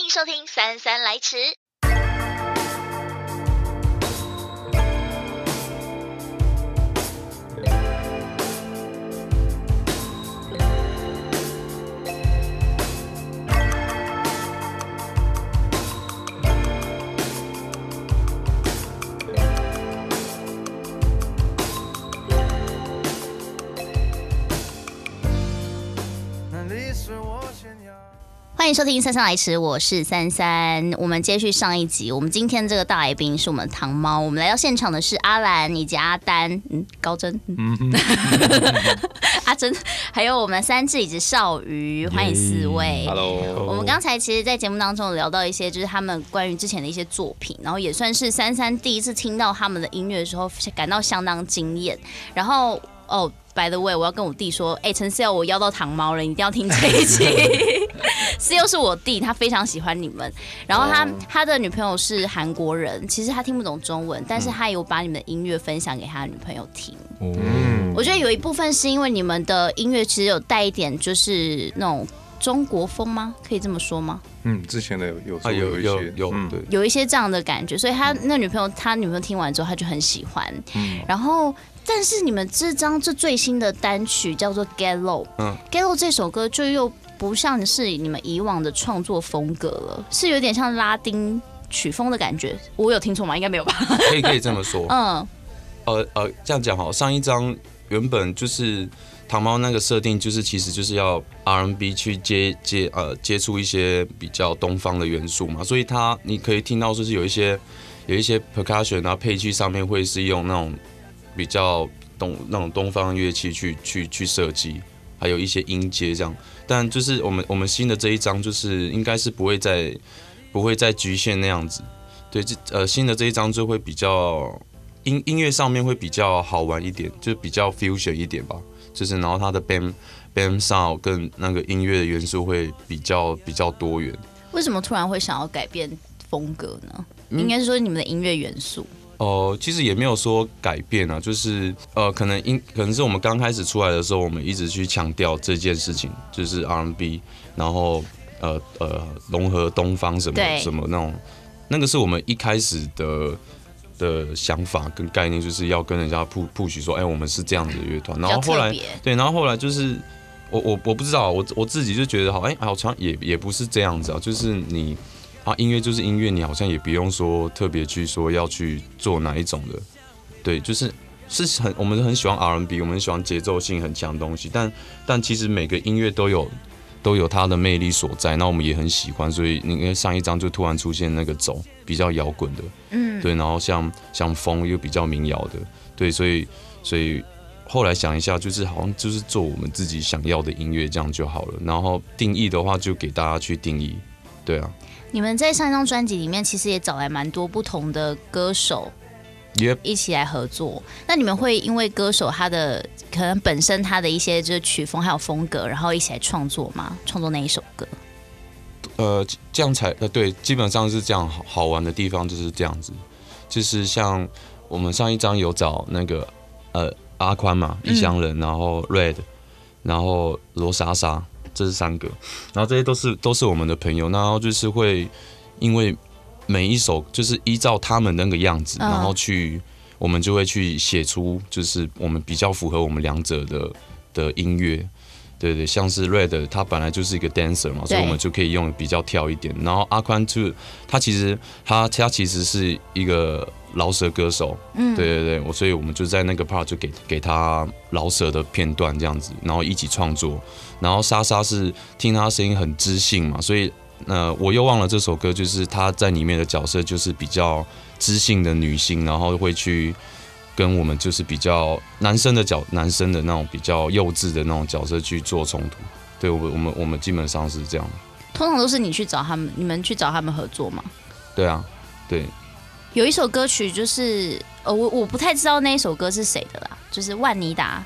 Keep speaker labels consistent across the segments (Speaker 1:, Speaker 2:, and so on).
Speaker 1: 迎收听《姗姗来迟》。欢迎收听《姗姗来迟》，我是三三。我们接续上一集，我们今天这个大来宾是我们糖猫。我们来到现场的是阿兰以及阿丹，嗯，高真，嗯， 阿珍，还有我们三智以及少鱼，欢迎四位。
Speaker 2: Hello，
Speaker 1: 我们刚才其实，在节目当中聊到一些，就是他们关于之前的一些作品，然后也算是三三第一次听到他们的音乐的时候，感到相当惊艳。然后哦，by the way，我要跟我弟说，哎、陈思瑶，我邀到糖猫了，你一定要听这一集。思瑶是我弟，他非常喜欢你们。然后他、他的女朋友是韩国人，其实他听不懂中文，但是他有把你们的音乐分享给他的女朋友听。
Speaker 2: 嗯，
Speaker 1: 我觉得有一部分是因为你们的音乐其实有带一点就是那种中国风吗？可以这么说吗？
Speaker 2: 嗯，之前的有
Speaker 3: 啊，
Speaker 2: 做
Speaker 3: 有
Speaker 2: 一
Speaker 3: 有
Speaker 2: 些
Speaker 3: 有，
Speaker 2: 嗯
Speaker 3: 对，
Speaker 1: 有一些这样的感觉，所以他那女朋友，他女朋友听完之后，他就很喜欢。
Speaker 3: 嗯
Speaker 1: 然后，但是你们这张这最新的单曲叫做《Get Low》，
Speaker 3: 嗯
Speaker 1: 《Get Low》这首歌就又不像是你们以往的创作风格了，是有点像拉丁曲风的感觉。我有听错吗？应该没有吧？
Speaker 3: 可以可以这么说。
Speaker 1: 嗯，
Speaker 3: 呃呃，这样讲好，上一张原本就是糖猫那个设定，就是其实就是要 R&B 去接接呃接触一些比较东方的元素嘛，所以它你可以听到就是有一些有一些 percussion 啊配器上面会是用那种比较东那种东方乐器去去去设计，还有一些音阶这样。但就是我们我们新的这一张就是应该是不会再不会再局限那样子。对，这呃新的这一张就会比较音音乐上面会比较好玩一点，就比较 fusion 一点吧。就是然后它的 bam bam sound 跟那个音乐的元素会比较比较多元。
Speaker 1: 为什么突然会想要改变风格呢？
Speaker 3: 嗯
Speaker 1: 应该是说你们的音乐元素。
Speaker 3: 哦、其实也没有说改变啊，就是呃，可能因可能是我们刚开始出来的时候，我们一直去强调这件事情，就是 R&B，然后呃呃融合东方什
Speaker 1: 对
Speaker 3: 么什么那种，那个是我们一开始的的想法跟概念，就是要跟人家 push push 说，哎、我们是这样子的乐团。然后后来
Speaker 1: 比较特别
Speaker 3: 对，然后后来就是我我我不知道，我我自己就觉得好，哎、好像也也不是这样子啊，就是你啊，音乐就是音乐，你好像也不用说特别去说要去做哪一种的，对，就是是很我们很喜欢 R&B，我们很喜欢节奏性很强的东西，但但其实每个音乐都有都有它的魅力所在，那我们也很喜欢，所以你看上一张就突然出现那个走比较摇滚的，
Speaker 1: 嗯，
Speaker 3: 对，然后像像风又比较民谣的，对，所以所以后来想一下，就是好像就是做我们自己想要的音乐这样就好了，然后定义的话就给大家去定义，对啊
Speaker 1: 你们在上一张专辑里面其实也找来蛮多不同的歌手，
Speaker 3: ，Yep。
Speaker 1: 一起来合作。那你们会因为歌手他的可能本身他的一些就是曲风还有风格，然后一起来创作吗？创作那一首歌？
Speaker 3: 呃，这样才呃对，基本上是这样好好玩的地方就是这样子，就是像我们上一张有找那个呃阿宽嘛，异乡人，然后 Red，然后罗莎莎，这是三个，然后这些都是都是我们的朋友，然后就是会因为每一首就是依照他们那个样子，
Speaker 1: 嗯
Speaker 3: 然后去我们就会去写出就是我们比较符合我们两者的的音乐。对对，像是 Red，他本来就是一个 dancer 嘛，所
Speaker 1: 对
Speaker 3: 以我们就可以用比较跳一点。然后阿宽就他其实他他其实是一个饶舌歌手，嗯，对对对，我所以我们就在那个 part 就给给他饶舌的片段这样子，然后一起创作。然后莎莎是听她声音很知性嘛，所以呃我又忘了这首歌，就是她在里面的角色就是比较知性的女性，然后会去跟我们就是比较男生的角男生的那种比较幼稚的那种角色去做冲突。对我们我们我们基本上是这样，
Speaker 1: 通常都是你去找他们，你们去找他们合作吗？
Speaker 3: 对啊，对，
Speaker 1: 有一首歌曲就是呃，我我不太知道那一首歌是谁的啦，就是万妮达。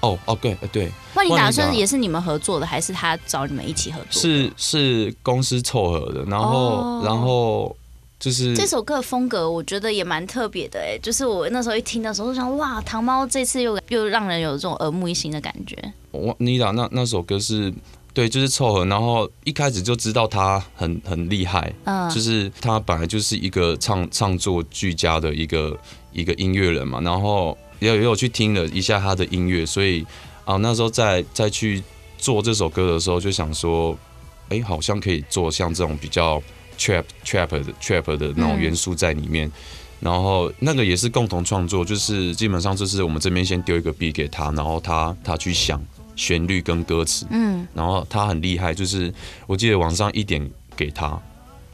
Speaker 3: 哦哦对呃对，
Speaker 1: 万妮
Speaker 3: 万妮
Speaker 1: 达
Speaker 3: 达
Speaker 1: 算也是你们合作的，还是他找你们一起合作？
Speaker 3: 是是公司凑合的，然后、
Speaker 1: 哦
Speaker 3: 然后就是
Speaker 1: 这首歌的风格，我觉得也蛮特别的哎、就是我那时候一听的时候，我想哇，糖猫这次又又让人有这种耳目一新的感觉。
Speaker 3: 我妮达那那首歌是对，就是凑合。然后一开始就知道他很很厉害，
Speaker 1: 嗯，
Speaker 3: 就是他本来就是一个唱唱作俱佳的一个一个音乐人嘛，然后也有也有去听了一下他的音乐，所以啊那时候再再去做这首歌的时候，就想说，哎、好像可以做像这种比较 trap trap 的 trap 的那种
Speaker 1: 嗯
Speaker 3: 元素在里面。然后那个也是共同创作，就是基本上就是我们这边先丢一个 B 给他，然后他他去想旋律跟歌词，
Speaker 1: 嗯，
Speaker 3: 然后他很厉害，就是我记得晚上一点给他，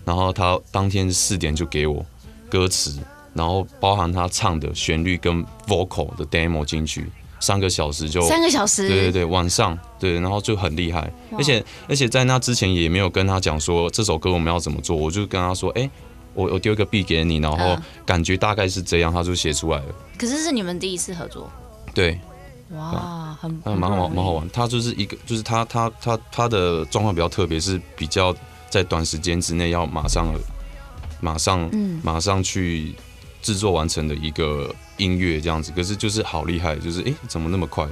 Speaker 3: 然后他当天四点就给我歌词，然后包含他唱的旋律跟 vocal 的 demo 进去，三个小时就
Speaker 1: 三个小时，
Speaker 3: 对对对，晚上对，然后就很厉害，
Speaker 1: 哇
Speaker 3: 而且而且在那之前也没有跟他讲说这首歌我们要怎么做，我就跟他说，哎、我我丢一个 B 给你，然后
Speaker 1: 嗯
Speaker 3: 感觉大概是这样，他就写出来了，
Speaker 1: 可是是你们第一次合作，
Speaker 3: 对，
Speaker 1: 哇，很
Speaker 3: 那嗯蛮好
Speaker 1: 很不容易
Speaker 3: 蛮好玩。他就是一个，就是他他他他的状况比较特别，是比较在短时间之内要马上马上
Speaker 1: 嗯
Speaker 3: 马上去制作完成的一个音乐这样子。可是就是好厉害，就是诶，怎么那么快？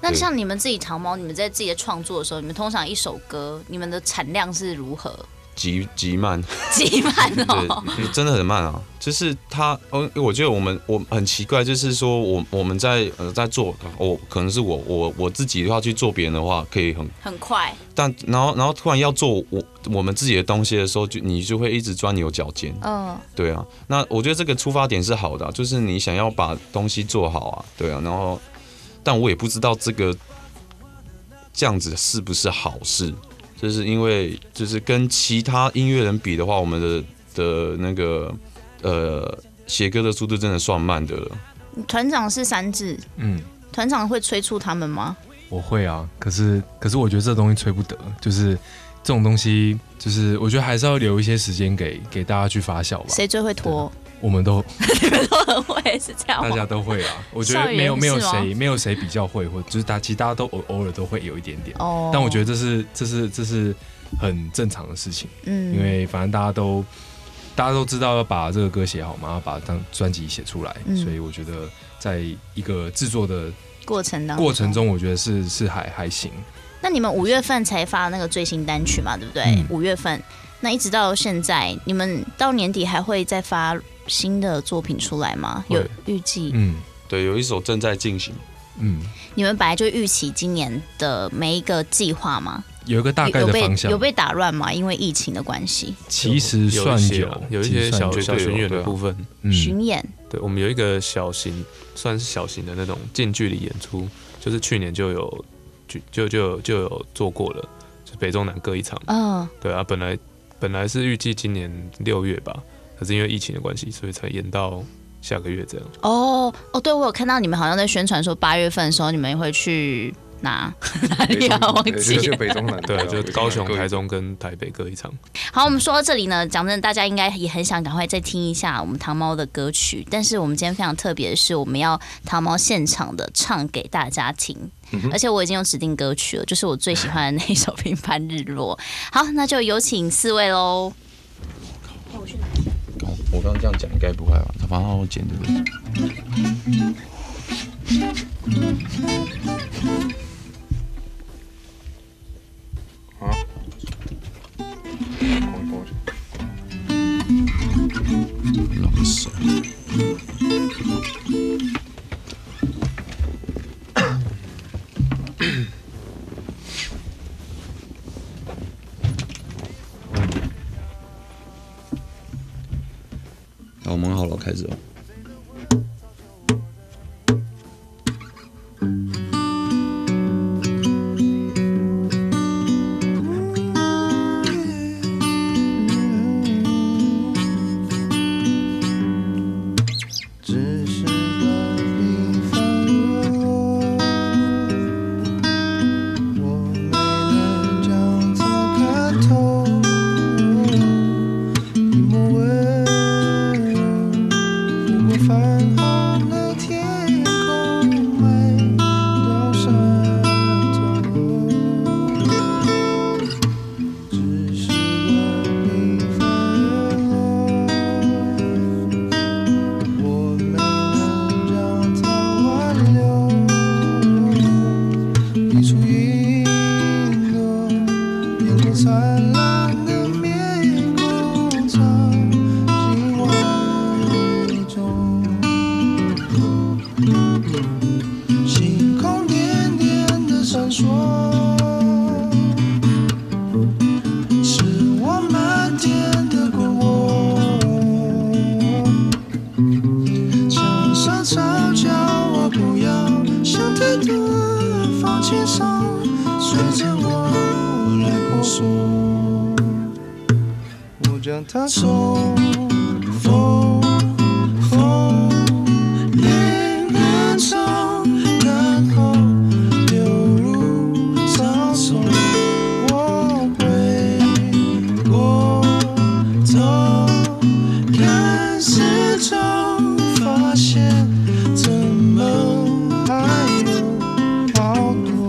Speaker 1: 那
Speaker 3: 对
Speaker 1: 像你们自己长毛，你们在自己的创作的时候，你们通常一首歌，你们的产量是如何？
Speaker 3: 极极慢，
Speaker 1: 几满哦，
Speaker 3: 对，真的很慢啊。就是他，嗯，我觉得我们我很奇怪，就是说我我们在呃在做，我可能是我我我自己的话去做别人的话，可以很
Speaker 1: 很快，
Speaker 3: 但然后然后突然要做我我们自己的东西的时候，就你就会一直钻牛角尖，
Speaker 1: 嗯，
Speaker 3: 对啊。那我觉得这个出发点是好的啊、就是你想要把东西做好啊，对啊。然后，但我也不知道这个这样子是不是好事，就是因为就是跟其他音乐人比的话，我们的的那个呃写歌的速度真的算慢的了。
Speaker 1: 团长是三字，
Speaker 4: 嗯，
Speaker 1: 团长会催促他们吗？
Speaker 4: 我会啊，可是可是我觉得这东西吹不得，就是这种东西，就是我觉得还是要留一些时间给给大家去发酵吧。
Speaker 1: 谁最哦会拖？
Speaker 4: 我们都
Speaker 1: 你们都很会，是这样
Speaker 4: 大
Speaker 1: 吗？
Speaker 4: 家都会啊， 我觉
Speaker 1: 校
Speaker 4: 得
Speaker 1: 园
Speaker 4: 没有没有
Speaker 1: 是吗
Speaker 4: 谁没有谁比较会，或就是大其实大家都偶偶尔都会有一点点，
Speaker 1: 哦
Speaker 4: 但我觉
Speaker 1: 得，
Speaker 4: 得这是这是这是很正常的事情，
Speaker 1: 嗯
Speaker 4: 因为反正大家都大家都知道要把这个歌写好嘛，要把当专辑写出来，
Speaker 1: 嗯
Speaker 4: 所以我觉得在一个制作的
Speaker 1: 过程当
Speaker 4: 过程，中，我觉得是是还还行。
Speaker 1: 那你们五月份才发那个最新单曲嘛，对不对
Speaker 4: 嗯？
Speaker 1: 五、月份，那一直到现在，你们到年底还会再发新的作品出来吗？有
Speaker 4: 会
Speaker 1: 预计？
Speaker 4: 嗯
Speaker 3: 对，有一首正在进行，
Speaker 4: 嗯，
Speaker 1: 你们本来就预期今年的每一个计划吗？
Speaker 4: 有一个大概
Speaker 1: 有
Speaker 4: 的
Speaker 1: 被
Speaker 4: 方向
Speaker 1: 有，被打乱吗？因为疫情的关系，
Speaker 4: 其实算有，
Speaker 5: 有一
Speaker 4: 其
Speaker 5: 些
Speaker 4: 实算
Speaker 5: 小
Speaker 4: 有
Speaker 5: 小巡演
Speaker 3: 对啊
Speaker 5: 的部分，
Speaker 4: 嗯
Speaker 1: 巡演
Speaker 5: 对我们有一个小型，算是小型的那种近距离演出，就是去年就有就就就有就有做过了，就北中南各一场。
Speaker 1: 嗯，
Speaker 5: 对啊，本来本来是预计今年六月吧，可是因为疫情的关系，所以才延到下个月这样。
Speaker 1: 哦哦，对我有看到你们好像在宣传说八月份的时候你们会去哪哪里啊？忘记
Speaker 2: 就就
Speaker 1: 了。
Speaker 2: 北中南，
Speaker 5: 对啊，就高雄、台
Speaker 2: 台
Speaker 5: 中跟台北各一场。
Speaker 1: 好，我们说到这里呢，讲真的，大家应该也很想赶快再听一下我们糖猫的歌曲，但是我们今天非常特别的是，我们要糖猫现场的唱给大家听，而且我已经有指定歌曲了，就是我最喜欢的那一首《平凡日落》。好，那就有请四位喽。
Speaker 3: 哦我刚刚这样讲应该不会吧？反正我剪这个。老师。 好，我们好了，开始哦。
Speaker 6: 只是个平凡日落，我没能将此看透，你莫问，抚将它送风风令人送，然后丢入草丛。我回过头看四周，发现怎么还有好多。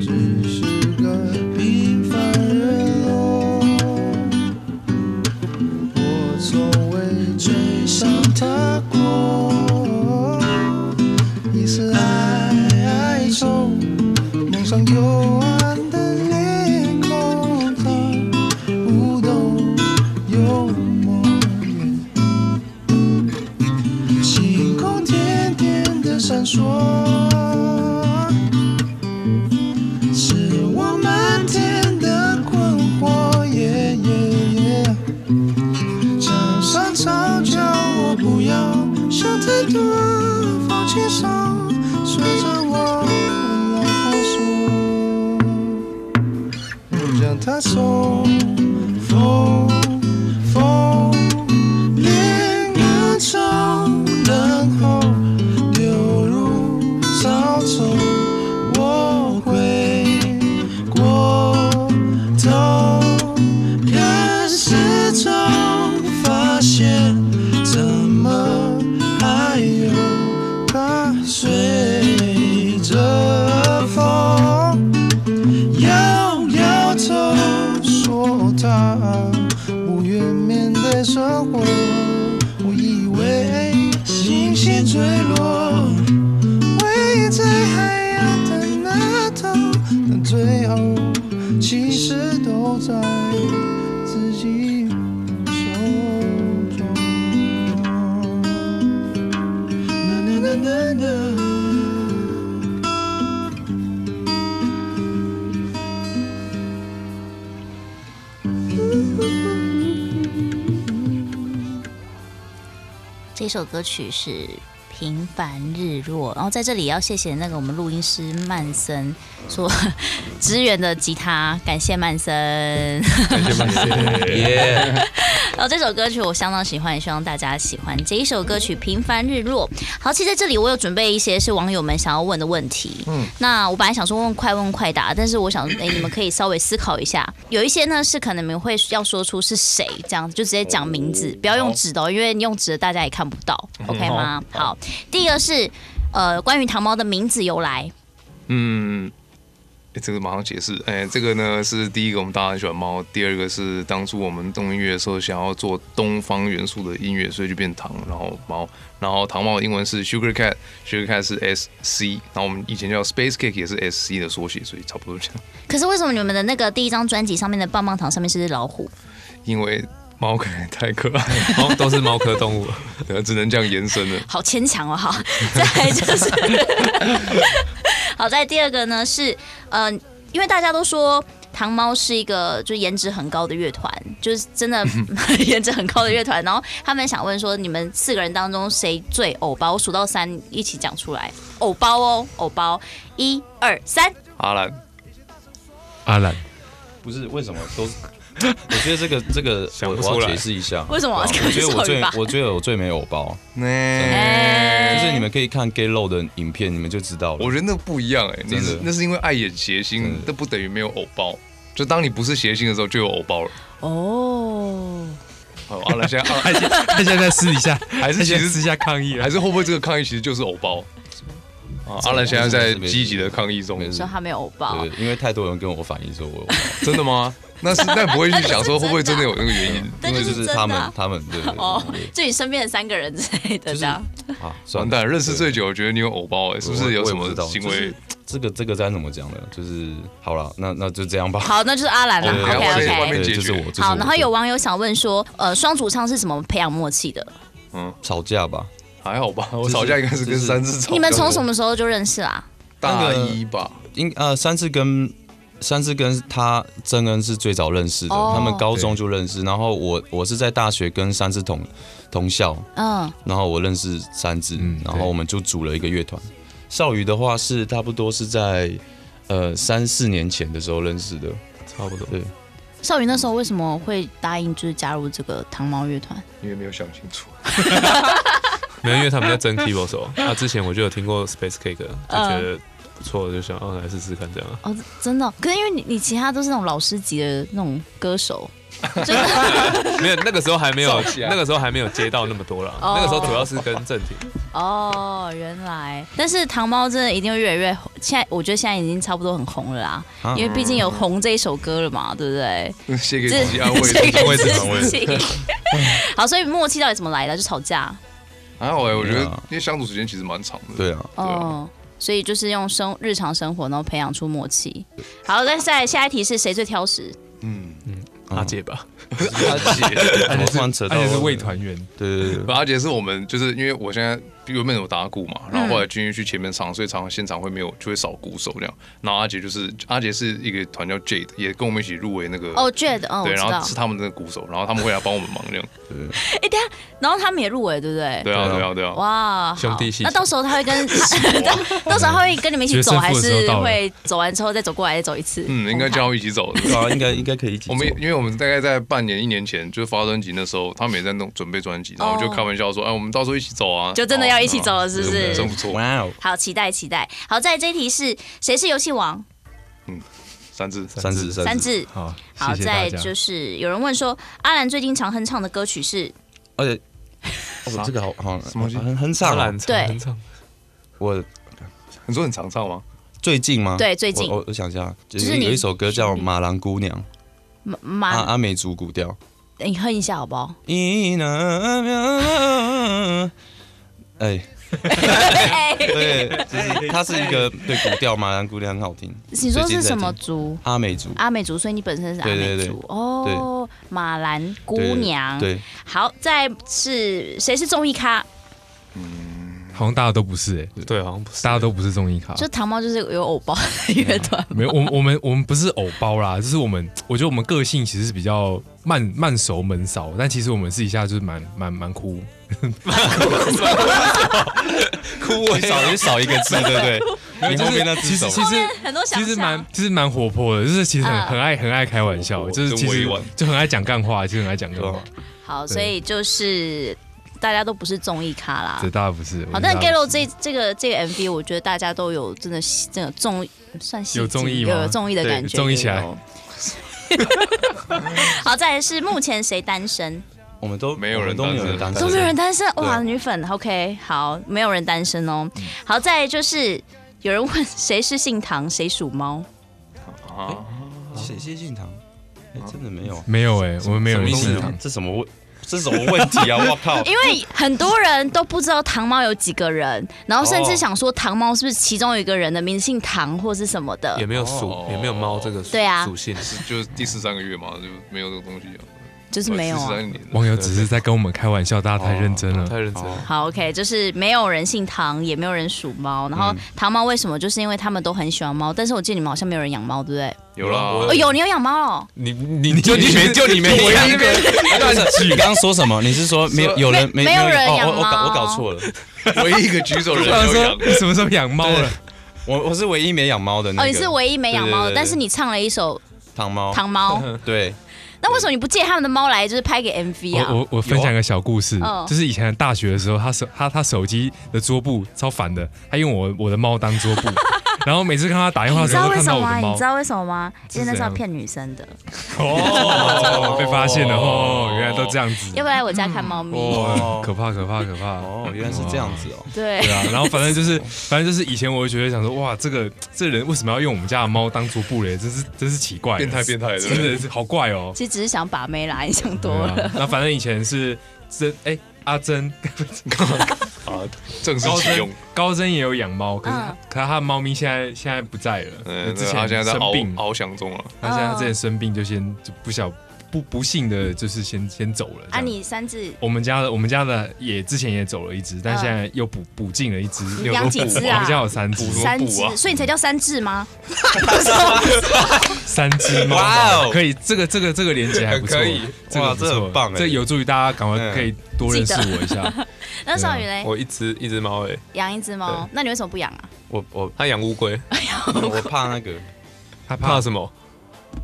Speaker 6: 只是个平凡日落，我从未追上他过。你是爱中梦上幽暗的脸孔，它舞动幽默。星空点点的闪烁。是我满天的困惑，耶耶耶！江上草叫我不要想太多，放轻松，随着我来摸索，将它送风风，令人走，然后丢入草丛。我回过头看四周，发现怎么还有它随着风摇摇头，说它无缘面对生活。我以为星星坠落。位在海洋的那头，但最后其实都在自己手中。呐呐呐呐呐。
Speaker 1: 这首歌曲是《平凡日落》，然后在这里要谢谢那个我们录音师曼森所 支援的吉他，感谢曼森。
Speaker 3: 耶！
Speaker 1: 然后这首歌曲我相当喜欢，也希望大家喜欢这一首歌曲《平凡日落》。好，其实在这里我有准备一些是网友们想要问的问题。嗯，那我本来想说问快问快答，但是我想，哎，你们可以稍微思考一下。有一些呢是可能你们会要说出是谁，这样就直接讲名字，不要用纸的、哦，因为你用纸的大家也看不到，OK 吗？好，第一个是呃关于糖猫的名字由来，
Speaker 2: 嗯，诶这个马上解释。哎，这个呢是第一个，我们大家很喜欢猫；第二个是当初我们动音乐的时候，想要做东方元素的音乐，所以就变糖，然后猫，然后糖猫的英文是 Sugar Cat，Sugar Cat 是 S C，然后我们以前叫 Space Cake 也是 S C 的缩写，所以差不多这样。
Speaker 1: 可是为什么你们的那个第一张专辑上面的棒棒糖上面是只老虎？
Speaker 2: 因为猫可能太可爱了，
Speaker 5: 猫哦都是猫科动物，啊
Speaker 2: 对 只能这样延伸了。
Speaker 1: 好牵强哦，好， 再来就是， 好，在第二个呢是，呃，因为大家都说糖猫是一个就是颜值很高的乐团，就是真的
Speaker 3: 嗯
Speaker 1: 颜值很高的乐团，然后他们想问说，你们四个人当中谁最偶包？我数到三一起讲出来，偶包哦，偶包，一二三，
Speaker 2: 阿兰，
Speaker 4: 阿兰，
Speaker 3: 不是为什么都？我觉得这个这个
Speaker 5: 想
Speaker 3: 我
Speaker 5: 不
Speaker 3: 我
Speaker 5: 出
Speaker 3: 要
Speaker 5: 来
Speaker 3: 解释一下，
Speaker 1: 为什么
Speaker 3: 我觉得我
Speaker 1: 可能是
Speaker 3: 最
Speaker 1: 我吧
Speaker 3: 我觉得我最没有 包，
Speaker 2: 那
Speaker 1: 哎
Speaker 3: 就是你们可以看 Gay Low 的影片，你们就知道了
Speaker 2: 我。觉得那不一样哎，你
Speaker 3: 真
Speaker 2: 是
Speaker 3: 的
Speaker 2: 那是因为爱演谐
Speaker 3: 真
Speaker 2: 星
Speaker 3: 的，
Speaker 2: 那不等于没有偶包。就当你不是谐星的时候，就有偶包了。
Speaker 1: 哦，
Speaker 2: 好，阿兰现在阿兰
Speaker 4: 他现在在私底下，还
Speaker 2: 是其实
Speaker 4: 私下抗议啊
Speaker 2: 还是会不会这个抗议其实就是偶包？啊，阿兰现在在积极的抗议中
Speaker 3: 没，事
Speaker 1: 说他没有偶包，
Speaker 3: 对，因为太多人跟我反映说我有包，
Speaker 2: 真的吗？那是 那不会去想说会不会真的有那个原因？
Speaker 1: 但
Speaker 3: 因为
Speaker 1: 就
Speaker 3: 就是是
Speaker 1: 真
Speaker 3: 他
Speaker 1: 的
Speaker 3: 们
Speaker 1: 啊
Speaker 3: 他们对对
Speaker 1: 哦
Speaker 3: 对，
Speaker 1: 就你身边的三个人之类的
Speaker 3: 就是
Speaker 1: 这样。
Speaker 3: 啊，算了
Speaker 2: 完蛋，认识
Speaker 3: 对
Speaker 2: 最久，觉得你有偶包，哎，是不是有什
Speaker 3: 我也
Speaker 2: 么行为
Speaker 3: 不知道就是？这个这个该怎么讲呢？就是好了，那那就这样吧。
Speaker 1: 好，那就是阿兰了。
Speaker 3: 对
Speaker 1: OK
Speaker 2: 外面
Speaker 1: OK，
Speaker 2: 外面
Speaker 3: 对，
Speaker 2: 解决
Speaker 3: 就是我。就是
Speaker 1: 好，
Speaker 3: 我
Speaker 1: 然后有网友想问说，呃，双主唱是怎么培养默契的？
Speaker 3: 吵架吧？
Speaker 2: 还好吧，我
Speaker 3: 是
Speaker 2: 吵架应该是
Speaker 3: 就
Speaker 2: 跟
Speaker 3: 是
Speaker 2: 三次吵架。
Speaker 1: 你们从什么时候就认识啦、
Speaker 2: 大一吧？
Speaker 3: 应呃，三次跟三四跟他曾恩是最早认识的，
Speaker 1: 哦
Speaker 3: 他们高中就认识。然后我我是在大学跟三四同同校，
Speaker 1: 嗯，
Speaker 3: 然后我认识三字，
Speaker 4: 嗯
Speaker 3: 然后
Speaker 4: 对
Speaker 3: 我们就组了一个乐团。少宇的话是差不多是在呃三四年前的时候认识的，
Speaker 5: 差不多。
Speaker 3: 对
Speaker 1: 少宇那时候为什么会答应就是加入这个糖猫乐团？
Speaker 2: 因为没有想清楚。
Speaker 5: 没有，因为他们在争 keyboard 手。啊，之前我就有听过 Space Cake，就觉得不错，就想哦来试试看这样。
Speaker 1: 哦，真的哦、可是因为你你其他都是那种老师级的那种歌 手，真的
Speaker 5: 没有，那个时候还没有
Speaker 2: 造假，
Speaker 5: 那个时候还没有接到那么多啦。
Speaker 1: 哦
Speaker 5: 那个时候主要是跟正廷，
Speaker 1: 哦，原来，但是糖猫真的一定会越来越红。现在我觉得现在已经差不多很红了啦，
Speaker 3: 啊
Speaker 1: 因为毕竟有红这一首歌了嘛，对不对？
Speaker 2: 先给
Speaker 1: 这
Speaker 2: 自己安慰，
Speaker 1: 这
Speaker 2: 安
Speaker 1: 个
Speaker 2: 慰自
Speaker 1: 自己。
Speaker 2: 己。
Speaker 1: 好，所以默契到底怎么来的？就吵架
Speaker 2: 还好哎、我觉
Speaker 3: 对
Speaker 2: 得
Speaker 3: 啊
Speaker 2: 因为相处时间其实蛮长的。
Speaker 3: 对啊，
Speaker 2: 啊
Speaker 1: 哦。所以就是用生日常生活，然后培养出默契。好，那再来下一题是谁最挑食？
Speaker 2: 嗯，
Speaker 5: 阿姐吧，
Speaker 2: 阿姐，
Speaker 3: 怎么突然扯 到
Speaker 4: 而且是魏团员，
Speaker 3: 对对对对，
Speaker 2: 阿姐是我们就是因为我现在原本有打鼓嘛，然后
Speaker 1: 嗯
Speaker 2: 后来军医去前面唱，所以常常现场会没有就会少鼓手这样。然后阿姐就是阿姐是一个团叫 Jade，也跟我们一起入围那个
Speaker 1: 哦，Jade，哦，我
Speaker 2: 对，
Speaker 1: 知
Speaker 2: 然
Speaker 1: 道
Speaker 2: 后。是他们的鼓手，然后他们会来帮我们忙这样。
Speaker 1: 哎，等一下，然后他们也入围，对不对？
Speaker 2: 对啊，对啊，对啊。
Speaker 1: 哇，好
Speaker 5: 兄弟戏
Speaker 1: 那到时候他会跟，到时候他会跟你们一起走，
Speaker 4: 决胜
Speaker 1: 还
Speaker 4: 负的时候
Speaker 1: 是
Speaker 4: 到了
Speaker 1: 会走完之后再走过来，再走一次？
Speaker 2: 嗯，应该叫他们一起走的。
Speaker 3: 对啊，应该应该可以一起
Speaker 2: 我
Speaker 3: 做。
Speaker 2: 们因为我们大概在半年一年前就是发专辑那时候，他们也在弄准备专辑，然后我就
Speaker 1: 哦
Speaker 2: 开玩笑说：“哎，我们到时候一起走啊！”
Speaker 1: 就真的要一起走了，是不
Speaker 2: 对
Speaker 1: 是？
Speaker 2: 真不错，
Speaker 3: 哇哦，
Speaker 1: 好，期待期待。好，在这一题是谁是游戏王？
Speaker 2: 三只
Speaker 3: 三字
Speaker 1: 三
Speaker 3: 字，
Speaker 1: 字。
Speaker 4: 好，
Speaker 1: 好，
Speaker 4: 谢谢
Speaker 1: 再
Speaker 4: 大家
Speaker 1: 就。是有人问说，阿兰最近常哼唱的歌曲是
Speaker 3: 而且哦这个好好
Speaker 2: 什么东西
Speaker 3: 很很
Speaker 5: 当
Speaker 3: 长啊
Speaker 5: 然，
Speaker 1: 对
Speaker 5: 很唱
Speaker 3: 我
Speaker 2: 你说很常唱吗？
Speaker 3: 最近吗？
Speaker 1: 对最近
Speaker 3: 啊我我我想一下，啊就
Speaker 1: 就是
Speaker 3: 是
Speaker 1: 你
Speaker 3: 有一首歌叫《马郎姑娘》，
Speaker 1: 马
Speaker 3: 阿
Speaker 1: 马，
Speaker 3: 阿美族古调。
Speaker 1: 你哼一下好不好？
Speaker 3: 哎，
Speaker 1: 哎
Speaker 3: 对，就是它是一个 对古调，马兰姑娘很好听。
Speaker 1: 你说
Speaker 3: 最近
Speaker 1: 是
Speaker 3: 在
Speaker 1: 什么
Speaker 3: 听？
Speaker 1: 族？
Speaker 3: 阿美族
Speaker 1: 阿美族，所以你本身是阿美
Speaker 3: 对对对
Speaker 1: 族哦。马兰姑娘，
Speaker 3: 对，对
Speaker 1: 好，再是谁是综艺
Speaker 4: 啊
Speaker 1: 咖？
Speaker 4: 好像大家都不是哎、
Speaker 5: 对，好像不是
Speaker 4: 大家都不是综艺咖，
Speaker 1: 就糖猫就是有偶包的乐 团，
Speaker 4: 没有，我们我们我们不是偶包啦，就是我们，我觉得我们个性其实是比较慢慢熟闷骚，但其实我们私底下就是蛮蛮蛮酷，
Speaker 3: 枯萎少少一个字，对 不对？
Speaker 4: 啊
Speaker 3: 你
Speaker 4: 就
Speaker 3: 哎后
Speaker 4: 是
Speaker 3: 面那
Speaker 4: 其
Speaker 3: 字啊
Speaker 4: 实
Speaker 3: 少
Speaker 4: 其实
Speaker 1: 很多想
Speaker 4: 其实蛮
Speaker 1: 象。
Speaker 4: 其实蛮活泼的，就是其实很
Speaker 1: 嗯
Speaker 4: 很爱很爱开玩
Speaker 2: 活
Speaker 4: 笑，
Speaker 2: 泼
Speaker 4: 就是其
Speaker 2: 真
Speaker 4: 实
Speaker 2: 委婉
Speaker 4: 就很爱讲干话，其实很爱讲干
Speaker 3: 哦
Speaker 4: 话，
Speaker 1: 好，所以就是大家都不是综艺咖啦
Speaker 4: 这。大家不是。
Speaker 1: 好，
Speaker 4: 我们
Speaker 1: 但
Speaker 4: 大
Speaker 1: g
Speaker 4: 家
Speaker 1: a l
Speaker 4: 不
Speaker 1: o
Speaker 4: 是
Speaker 1: 这这个这个 MV，我觉得大家都有真的戏这个综艺算戏
Speaker 4: 有
Speaker 1: 精
Speaker 4: 综艺吗
Speaker 1: 有综艺的
Speaker 4: 对
Speaker 1: 感觉，
Speaker 4: 综艺起来
Speaker 1: 有。 好，再来是目前谁单身？
Speaker 3: 我们都
Speaker 2: 没有
Speaker 3: 我
Speaker 2: 人
Speaker 3: 们都没有人
Speaker 2: 单
Speaker 3: 单
Speaker 2: 身
Speaker 1: 都没有人单身，
Speaker 3: 啊
Speaker 1: 哇，女粉，OK，好，没有人单身哦。
Speaker 3: 嗯
Speaker 1: 好，再来就是有人问谁是姓唐，谁属猫？
Speaker 2: 啊，
Speaker 3: 谢谢信堂，哎真的没有，
Speaker 4: 没有哎、我们没有人
Speaker 3: 什么
Speaker 4: 信
Speaker 3: 意思
Speaker 4: 堂，
Speaker 3: 这什么问？这什么问题啊！我靠，
Speaker 1: 因为很多人都不知道糖猫有几个人，然后
Speaker 3: 哦
Speaker 1: 甚至想说糖猫是不是其中有一个人的名字姓唐或是什么的
Speaker 5: 也，没有鼠
Speaker 2: 哦，
Speaker 5: 也没有猫这个属
Speaker 1: 对啊
Speaker 5: 属性，
Speaker 2: 是就是第十三个月嘛，就没有这个东西啊。
Speaker 1: 就是没有
Speaker 2: 第
Speaker 3: 哦
Speaker 1: 啊
Speaker 2: 十。三年了
Speaker 4: 网友只是在跟我们开玩笑，大家太认真了。
Speaker 5: 太认真了。
Speaker 1: 好，OK，就是没有人姓唐，也没有人属猫。然
Speaker 3: 嗯
Speaker 1: 后唐猫为什么？就是因为他们都很喜欢猫，但是我记得你们好像没有人养猫，对不对？
Speaker 2: 有啊啦，
Speaker 5: 我
Speaker 1: 哦，有，你有养猫哦。
Speaker 5: 你你你就
Speaker 4: 你没就你没
Speaker 5: 我
Speaker 4: 养
Speaker 5: 那边
Speaker 3: 不是你刚刚说什么？你是说没有有人
Speaker 1: 没
Speaker 3: 没
Speaker 1: 没有人
Speaker 3: 哦
Speaker 1: 养
Speaker 3: 我我搞
Speaker 1: 猫
Speaker 3: 我搞错了，
Speaker 2: 唯一一个举手的
Speaker 4: 我
Speaker 2: 人
Speaker 4: 想
Speaker 2: 有
Speaker 4: 说
Speaker 2: 养，
Speaker 4: 你什么时候养猫了？
Speaker 3: 我我是唯一没养猫的那
Speaker 1: 哦，
Speaker 3: 个。
Speaker 1: 你是唯一没养猫的，
Speaker 3: 对对对对哦
Speaker 1: 但是你唱了一首
Speaker 3: 糖猫
Speaker 1: 《唐猫》，
Speaker 3: 对，
Speaker 1: 那为什么你不借他们的猫来，就是拍给 MV
Speaker 4: 嗯我
Speaker 1: 啊？
Speaker 4: 我我分享一个小故事
Speaker 1: 嗯，
Speaker 4: 就是以前大学的时候，他手他他手机的桌布超烦的，他用我我的猫当桌 布，然后每次看他打电话
Speaker 1: 你
Speaker 4: 的
Speaker 1: 知
Speaker 4: 时
Speaker 1: 道
Speaker 4: 候
Speaker 1: 为
Speaker 4: 都看
Speaker 1: 什
Speaker 4: 到
Speaker 1: 么
Speaker 4: 我
Speaker 1: 吗？
Speaker 4: 的
Speaker 1: 你
Speaker 4: 猫
Speaker 1: 知，道为什么吗？因为那是要
Speaker 4: 是怎样
Speaker 1: 骗女生的，
Speaker 4: 哦，被发现了哦，原来都这样子，
Speaker 1: 要不要来我家看猫咪？
Speaker 4: 哦，可怕可怕可怕，
Speaker 3: 哦，原来是这样子哦。
Speaker 1: 对
Speaker 4: 对啊，然后反正就是，反正就是以前我就觉得想说，哇，这个这人为什么要用我们家的猫当桌布嘞？真是真是奇怪，
Speaker 2: 变态变态的。
Speaker 4: 真的是好怪 哦。
Speaker 1: 其实只是想把妹啦，你想多了。
Speaker 4: 对啊那反正以前是真哎、阿珍
Speaker 2: 啊，正式
Speaker 4: 高
Speaker 2: 启用
Speaker 4: 珍。高珍也有养猫，可是、
Speaker 1: 嗯
Speaker 4: 可是她的猫咪现在现在不在了，
Speaker 2: 嗯，
Speaker 4: 之
Speaker 2: 那
Speaker 4: 前
Speaker 2: 他现在在
Speaker 4: 生
Speaker 2: 翱
Speaker 4: 病，
Speaker 2: 翱翔中了。
Speaker 4: 她现在之前生病就先就不想不不幸的就是先先走了。这
Speaker 1: 啊，
Speaker 4: 样
Speaker 1: 你三只
Speaker 4: 我们家的我们家的也之前也走了一只，但
Speaker 1: 嗯
Speaker 4: 现在又补补进了一只。
Speaker 1: 你
Speaker 4: 又
Speaker 1: 养几只啊
Speaker 4: 我们家有三只，
Speaker 1: 三
Speaker 2: 补啊
Speaker 1: 只，所以你才叫三只 吗？
Speaker 4: 三只猫
Speaker 3: 哇哦
Speaker 4: 宝，可以，这个这个这个连接还不错，
Speaker 3: 可以
Speaker 4: 这个
Speaker 3: 哇
Speaker 4: 不错
Speaker 3: 这很棒哎
Speaker 4: 这有助于大家赶快
Speaker 3: 嗯
Speaker 4: 可以多认识
Speaker 1: 记
Speaker 4: 我一下。
Speaker 1: 那少宇
Speaker 4: 啊
Speaker 1: 嘞，
Speaker 5: 我一只一只猫诶，
Speaker 1: 养一只猫，那你为什么不 养啊？
Speaker 3: 我 我
Speaker 5: 它养乌龟，
Speaker 3: 我怕那个，
Speaker 4: 他怕
Speaker 5: 怕什么？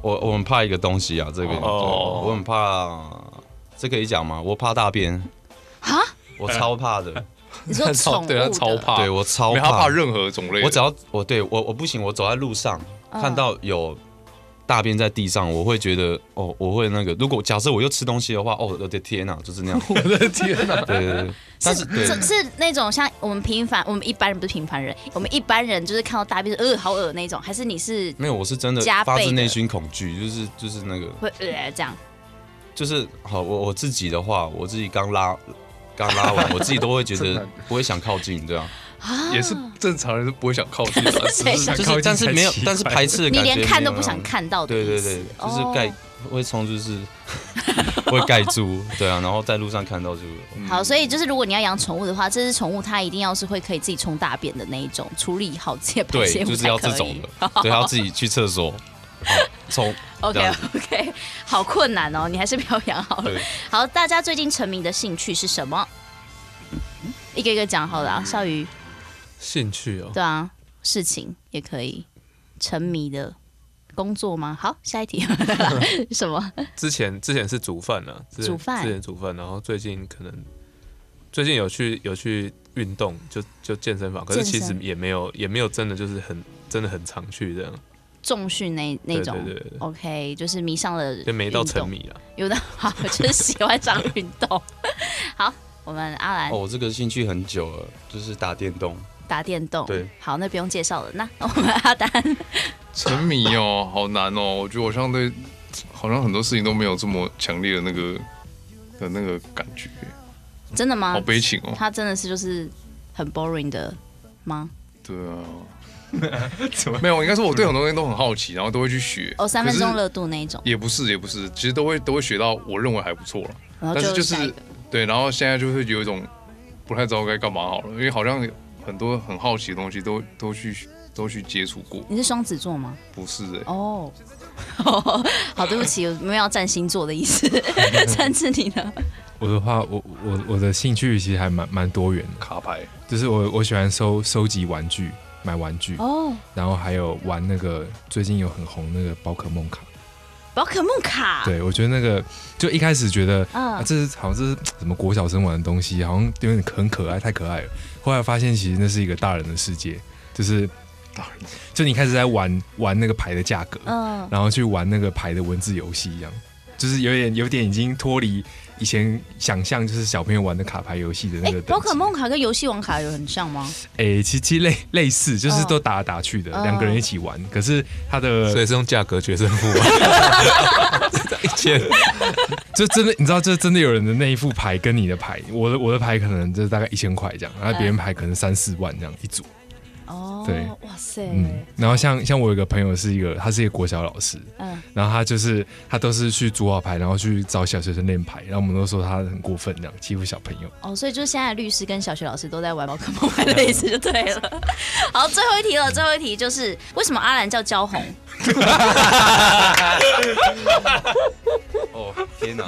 Speaker 3: 我我很怕一个东西啊，这个
Speaker 5: 哦
Speaker 3: 对我很怕，这可以讲吗？我怕大便
Speaker 1: 啊，
Speaker 3: 我超怕的，
Speaker 1: 你说宠物
Speaker 5: 对
Speaker 4: 啊
Speaker 5: 它
Speaker 1: 的，
Speaker 5: 超怕，
Speaker 3: 对我超
Speaker 2: 没有他
Speaker 3: 怕
Speaker 2: 怕任何种类的，
Speaker 3: 我只要我对我我不行，我走在路上、
Speaker 1: 嗯
Speaker 3: 看到有大便在地上，我会觉得哦，我会那个。如果假设我又吃东西的话，哦，我的天哪、就是那样。
Speaker 4: 我的天哪！
Speaker 3: 对对对，但是对
Speaker 1: 这是那种像我们平凡，我们一般人不是平凡人，我们一般人就是看到大便就呃好恶那种，还是你是
Speaker 3: 没有，我是真的
Speaker 1: 加倍的
Speaker 3: 发自内心恐惧，就是就是那个
Speaker 1: 会呃这样？
Speaker 3: 就是好，我我自己的话，我自己刚拉刚拉 完，我自己都会觉得不会想靠近，对啊，
Speaker 2: 也是正常人是不会想靠
Speaker 5: 哦
Speaker 2: 近的啊，只
Speaker 1: 对
Speaker 2: 是
Speaker 3: 就
Speaker 4: 靠
Speaker 3: 是
Speaker 4: 近
Speaker 3: 但是没有
Speaker 4: 才奇，怪
Speaker 3: 但是排斥的
Speaker 1: 你
Speaker 3: 感觉，啊
Speaker 1: 连看都不想。看到的
Speaker 3: 对
Speaker 1: 意
Speaker 3: 对
Speaker 1: 思
Speaker 3: 对，就是
Speaker 1: 哦
Speaker 3: 盖、会冲，就是 会盖住，对啊，然后在路上看到就
Speaker 1: 好，所以就是如果你要养宠物的话，这只宠物它一定要是会可以自己冲大便的那一种，处理好自己的 排
Speaker 3: 对
Speaker 1: 泄，物
Speaker 3: 就是要
Speaker 1: 才
Speaker 3: 这
Speaker 1: 可
Speaker 3: 种
Speaker 1: 以。
Speaker 3: 的， 对，要自己去厕所哦冲。这
Speaker 1: OK
Speaker 3: 样子
Speaker 1: OK，好困难哦，你还是不要养好了
Speaker 3: 对。
Speaker 1: 好，大家最近沉迷的兴趣是什么？一个一个讲好了、啊，
Speaker 3: 嗯
Speaker 1: 少宇，
Speaker 5: 兴趣哦，
Speaker 1: 对啊，事情也可以，沉迷的工作吗？好，下一 题，什么？
Speaker 5: 之前之前是煮饭啊，之前
Speaker 1: 煮饭
Speaker 5: 之前煮饭，然后最近可能最近有去有去运动，就就健身房，可是
Speaker 1: 健
Speaker 5: 其
Speaker 1: 身
Speaker 5: 实也没有也没有真的就是很真的很常去这样，
Speaker 1: 重训那那种
Speaker 5: 对对对对
Speaker 1: o k 就是迷上了运动，
Speaker 5: 就没到沉迷啊了。
Speaker 1: 有的 好，就是喜欢上运动。好，我们阿兰
Speaker 3: 哦，我这个兴趣很久了，就是打电动。
Speaker 1: 打电动，
Speaker 3: 对，
Speaker 1: 好，那不用介绍了。那我们阿丹，
Speaker 2: 沉迷哦，好难哦。我觉得我相对好像很多事情都没有这么强烈的那个的那个感觉，
Speaker 1: 真的吗
Speaker 2: 好？悲情哦。
Speaker 1: 啊他真的是就是很 boring 的吗？
Speaker 2: 对 啊，没有，应该说我对很多东西都很好奇，然后都会去学。
Speaker 1: 哦，三分
Speaker 2: 可是
Speaker 1: 钟热度那一种，
Speaker 2: 也不是，也不是，其实都会都会学到我认为还不错了。
Speaker 1: 然后
Speaker 2: 但是就
Speaker 1: 下一
Speaker 2: 是
Speaker 1: 个
Speaker 2: 对，然后现在就会有一种不太知道该干嘛好了，因为好像很多很好奇的东西都都去都去接触过，
Speaker 1: 你是双子座吗？
Speaker 2: 不是哎、
Speaker 1: 哦。 好，对不起，我没有要占星座的意 思。三次你呢？
Speaker 4: 我的话，我我我的兴趣其实还蛮蛮多元的，
Speaker 2: 卡牌
Speaker 4: 就是我我喜欢收收集玩具，买玩具，
Speaker 1: 哦，
Speaker 4: 然后还有玩那个最近有很红那个宝可梦卡。
Speaker 1: 宝可梦卡，
Speaker 4: 对，我觉得那个就一开始觉得
Speaker 1: 啊嗯
Speaker 4: 啊，这是好像这是什么国小生玩的东西，好像有点很可爱，太可爱了。后来发现其实那是一个大人的世界，就是
Speaker 2: 大人
Speaker 4: 就你开始在玩玩那个牌的价格，
Speaker 1: 嗯，
Speaker 4: 然后去玩那个牌的文字游戏一样，就是有点有点已经脱离以前想象，就是小朋友玩的卡牌游戏的那
Speaker 1: 哎
Speaker 4: 个。，
Speaker 1: 宝可，梦卡跟游戏王卡有很像吗？
Speaker 4: 哎，其其实类类似，就是
Speaker 1: 嗯
Speaker 4: 都打来打去的，
Speaker 1: 嗯
Speaker 4: 两个人一起玩。可是它
Speaker 5: 所
Speaker 4: 的
Speaker 5: 以是用价格决胜 负啊，一千
Speaker 4: 就真的，你知道，就真的有人的那一副牌跟你的牌，我的我的牌可能就是大概一千块这样，然
Speaker 1: 嗯
Speaker 4: 后别人牌可能三四万这样一组。
Speaker 1: 哦，
Speaker 4: 对，
Speaker 1: 哇塞，
Speaker 4: 嗯，然后像像我有一个朋友是一个，他是一个国小老师，
Speaker 1: 嗯
Speaker 4: 然后他就是他都是去组好牌，然后去找小学生练牌，然后我们都说他很过分这样欺负小朋友。
Speaker 1: 哦，所以就是现在律师跟小学老师都在玩宝可梦，玩的意思就对了。 好，最后一题了，最后一题就是为什么阿兰叫焦红？
Speaker 3: 哦，天 哪！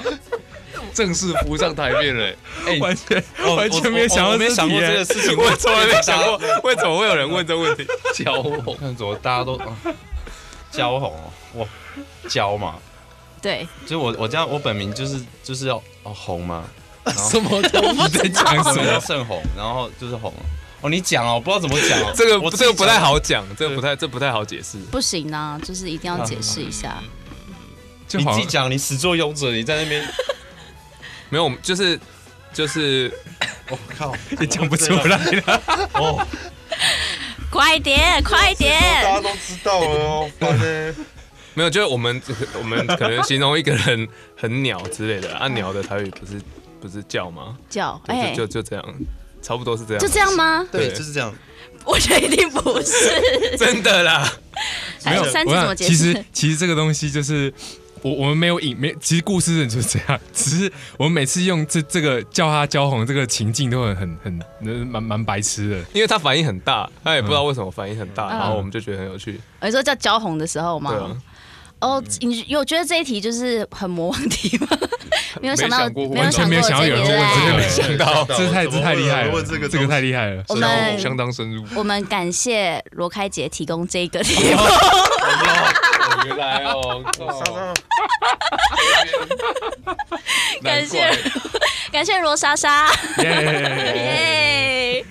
Speaker 2: 正式浮上台面了、欸
Speaker 3: 哎
Speaker 4: 完全、
Speaker 3: 哦
Speaker 4: 完全没有想到
Speaker 3: 我
Speaker 4: 这
Speaker 3: 没
Speaker 4: 题
Speaker 3: 想过
Speaker 4: 耶
Speaker 3: 这个 事情，我从来没想过。
Speaker 5: 为什么会有人问这问 题？
Speaker 2: 教 我
Speaker 3: 看怎么大家都啊焦红哦，哇，焦嘛，
Speaker 1: 对，
Speaker 3: 就我我这样，我本名就是就是要哦红嘛，
Speaker 2: 什么东西？
Speaker 4: 在 讲
Speaker 3: 本名叫 盛红，然后就是红。哦，你讲哦，我不知道怎么 讲哦。
Speaker 5: 这
Speaker 3: 我自
Speaker 5: 个
Speaker 3: 己
Speaker 5: 这个不太
Speaker 3: 讲。
Speaker 5: 好讲，这个不太这不太好解释。
Speaker 1: 不行啊，就是一定要解释一下。
Speaker 4: 就
Speaker 3: 你
Speaker 4: 好
Speaker 3: 自己
Speaker 4: 像
Speaker 3: 讲，你始作俑者，你在 那边，
Speaker 5: 没有，我们就是就是
Speaker 3: 我、靠，
Speaker 4: 也讲不出来了。
Speaker 3: 哦，
Speaker 1: 快点，快点！
Speaker 3: 都知道了哦，烦呢。
Speaker 5: 没有，就是我们我们可能形容一个人很鸟之类的啊，鸟的台语不是不是叫吗？
Speaker 1: 叫，
Speaker 5: 对
Speaker 1: 哎、
Speaker 5: 就就就这样，差不多是这样，
Speaker 1: 就这样吗？
Speaker 3: 对，
Speaker 5: 对
Speaker 3: 就是这样。
Speaker 1: 我觉得一定不是。
Speaker 5: 真的啦。
Speaker 1: 哎，三次
Speaker 4: 我
Speaker 1: 怎
Speaker 4: 想
Speaker 1: 么解
Speaker 4: 其实
Speaker 1: 释？
Speaker 4: 其实这个东西就是。我我们没有引没，其实故事就是这样，只是我们每次用这这个叫他焦红这个情境都很很很呃蛮蛮白痴的。
Speaker 5: 因为他反应很大，他也不知道为什么反应很大，
Speaker 1: 嗯
Speaker 5: 然后我们就觉得很有趣，
Speaker 1: 哦你说叫焦红的时候
Speaker 5: 对
Speaker 1: 吗
Speaker 5: 啊？，
Speaker 1: 哦，你有觉得这一题就是很魔王题吗？ 没有想到，
Speaker 2: 没想过会
Speaker 1: 有想
Speaker 4: 完全没有
Speaker 1: 过
Speaker 4: 想到
Speaker 1: 这
Speaker 4: 有
Speaker 1: 一
Speaker 4: 人
Speaker 1: 题
Speaker 4: 会问这个
Speaker 1: 对
Speaker 4: 问题
Speaker 2: 想到
Speaker 4: 这太这太厉害了，
Speaker 2: 问这个
Speaker 4: 这个太厉害了。
Speaker 1: 哎我
Speaker 2: 相当
Speaker 1: 们
Speaker 2: 相当深入。
Speaker 1: 我们感谢罗开杰提供这个题目。
Speaker 2: 原来哦，
Speaker 1: 感谢感谢罗莎 莎，
Speaker 4: 耶
Speaker 1: 耶！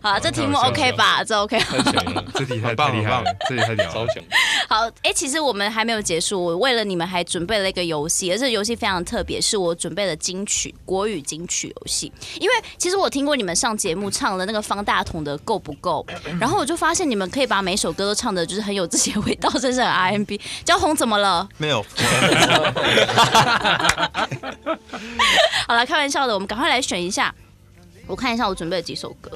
Speaker 1: 好，这题目
Speaker 4: 哎开玩笑
Speaker 1: OK 吧？这 OK 吧。
Speaker 4: 这题太
Speaker 3: 很
Speaker 4: 太
Speaker 3: 棒
Speaker 4: 厉害了
Speaker 3: 很棒，
Speaker 4: 这题太屌了。
Speaker 2: 强。
Speaker 1: 好，哎、其实我们还没有结束，我为了你们还准备了一个游戏，而这个游戏非常特别，是我准备了金曲国语金曲游戏。因为其实我听过你们上节目唱了那个方大同的《够不够》，然后我就发现你们可以把每首歌都唱的，就是很有自己的味道，真是很 RMB。焦 红怎么了？
Speaker 6: 没有，
Speaker 1: 好了，开玩笑的，我们赶快来选一下。我看一下我准备了几首歌，